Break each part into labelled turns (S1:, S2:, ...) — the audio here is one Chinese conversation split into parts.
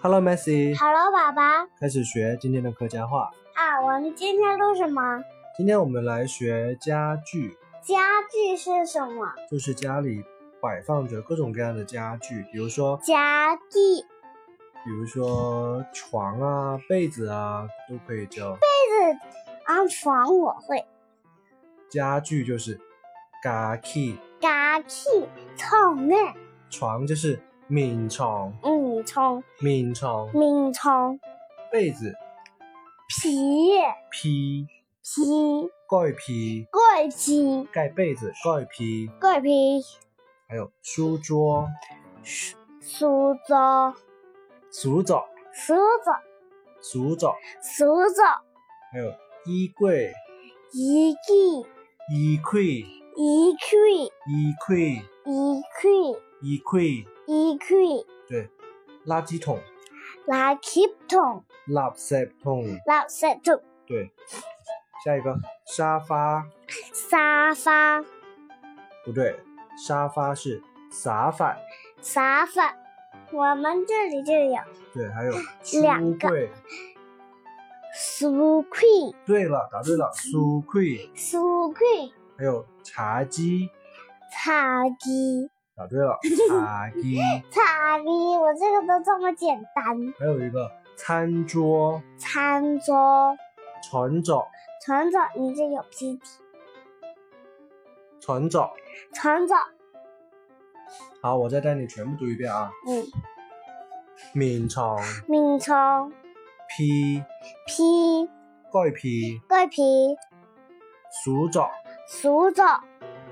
S1: Hello, Messi，
S2: Hello，爸爸
S1: 开始学今天的客家话。
S2: 啊，我们今天录什么？
S1: 今天我们来学家具，
S2: 家具是什么？
S1: 就是家里摆放着各种各样的家具，比如说，
S2: 家具。
S1: 比如说床啊、被子啊，都可以叫
S2: 被子啊，床我会。
S1: 家具，就是家具。
S2: 家具床面，
S1: 床就是棉床，
S2: 嗯，床
S1: 棉床。
S2: 棉床
S1: 被子
S2: 皮
S1: 披
S2: 皮
S1: 盖披
S2: 盖皮
S1: 盖被子盖披，
S2: 盖皮
S1: 还有书桌、
S2: 梳子
S1: 书桌、
S2: 梳子
S1: 书桌，
S2: 梳子
S1: 还有衣柜、
S2: 衣柜
S1: 衣柜、
S2: 衣柜
S1: 衣柜、
S2: 衣柜
S1: 衣柜，
S2: 衣柜
S1: 对，垃圾桶、
S2: 垃圾桶
S1: 垃圾桶，
S2: 垃圾桶
S1: 对。下一个沙发，
S2: 沙发
S1: 不对，沙发是沙发，
S2: 沙发，我们这里就有
S1: 对，还有
S2: 两
S1: 书
S2: 个
S1: 柜。
S2: 书柜、
S1: 对了，答对了，书柜，
S2: 书柜、
S1: 还有茶几，
S2: 茶几、
S1: 答对 了，茶几，
S2: 茶几，我这个都这么简单。
S1: 还有一个餐桌、
S2: 餐桌、
S1: 床桌、
S2: 船长，你这有批题。
S1: 床桌。
S2: 船长，
S1: 好，我再带你全部读一遍啊。
S2: 嗯，
S1: 棉床、
S2: 名称、
S1: 披、
S2: 批、
S1: 盖披、
S2: 桂皮、
S1: 书桌、
S2: 书桌、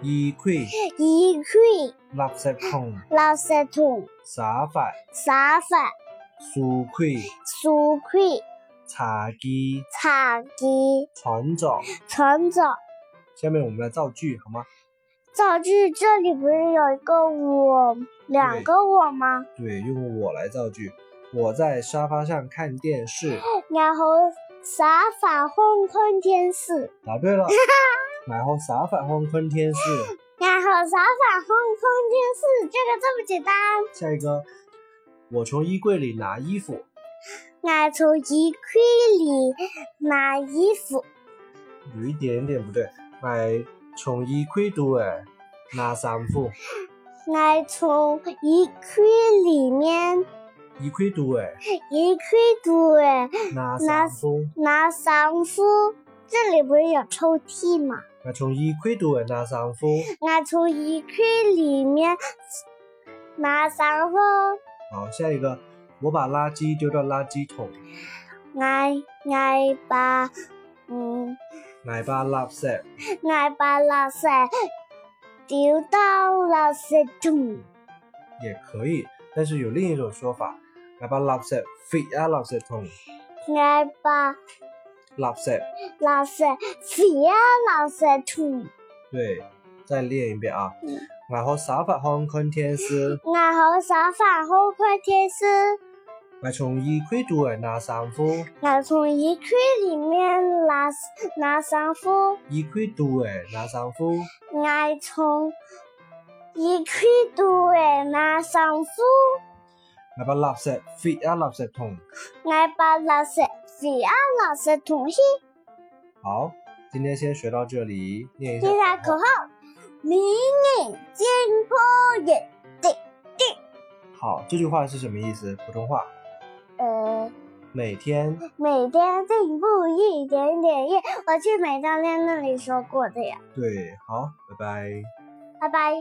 S1: 衣柜、
S2: 衣柜、
S1: 垃圾桶、
S2: 垃圾桶、
S1: 沙发、
S2: 沙发、
S1: 书柜、
S2: 书柜、
S1: 茶几、
S2: 茶几、
S1: 床桌。
S2: 船长。
S1: 下面我们来造句好吗？
S2: 造句这里不是有一个我，两个我吗？
S1: 对，用我来造句。我在沙发上看电视。
S2: 然后啥法混混天使，
S1: 答对了。然后啥反黄昏天是？
S2: 然后啥法混混天使，这个这么简单。
S1: 下一个，我从衣柜里拿衣服。
S2: 俺从衣柜里拿衣服，
S1: 有一点点不对，买从衣柜度诶拿衫服，
S2: 俺从衣柜里面
S1: 衣柜度诶
S2: 衣柜 堆
S1: 拿衫服，
S2: 拿衫服。这里不是有抽屉吗？
S1: 我从衣柜度诶拿衫服。
S2: 俺从衣柜里面拿衫服，
S1: 好，下一个，我把垃圾丢到垃圾桶，
S2: 俺俺把嗯。
S1: 奶爸垃圾。
S2: 俺把垃圾丢到垃圾桶，
S1: 也可以，但是有另一种说法，奶爸垃圾飞啊垃圾桶，
S2: 俺把
S1: 垃圾。
S2: 垃圾放垃圾桶，
S1: 对，再练一遍啊
S2: 嗯。
S1: 然后啥法看看天师，
S2: 俺和沙发后块贴身，
S1: 我从衣柜度诶拿衫服，
S2: 俺从衣柜里面拿拿衫服，
S1: 衣柜度诶拿衫服。
S2: 俺从衣柜兜里拿衫服，
S1: 我把垃圾飞啊垃圾桶。
S2: 俺把垃圾放垃圾桶里。
S1: 好，今天先学到这里，念一下
S2: 现在
S1: 口
S2: 口
S1: 号。
S2: 号：明眼见破眼，
S1: 好，这句话是什么意思？普通话，
S2: 呃。
S1: 每天
S2: 每天进步一点点耶！我去美教练那里说过的呀，
S1: 对，好，拜拜。
S2: 拜拜。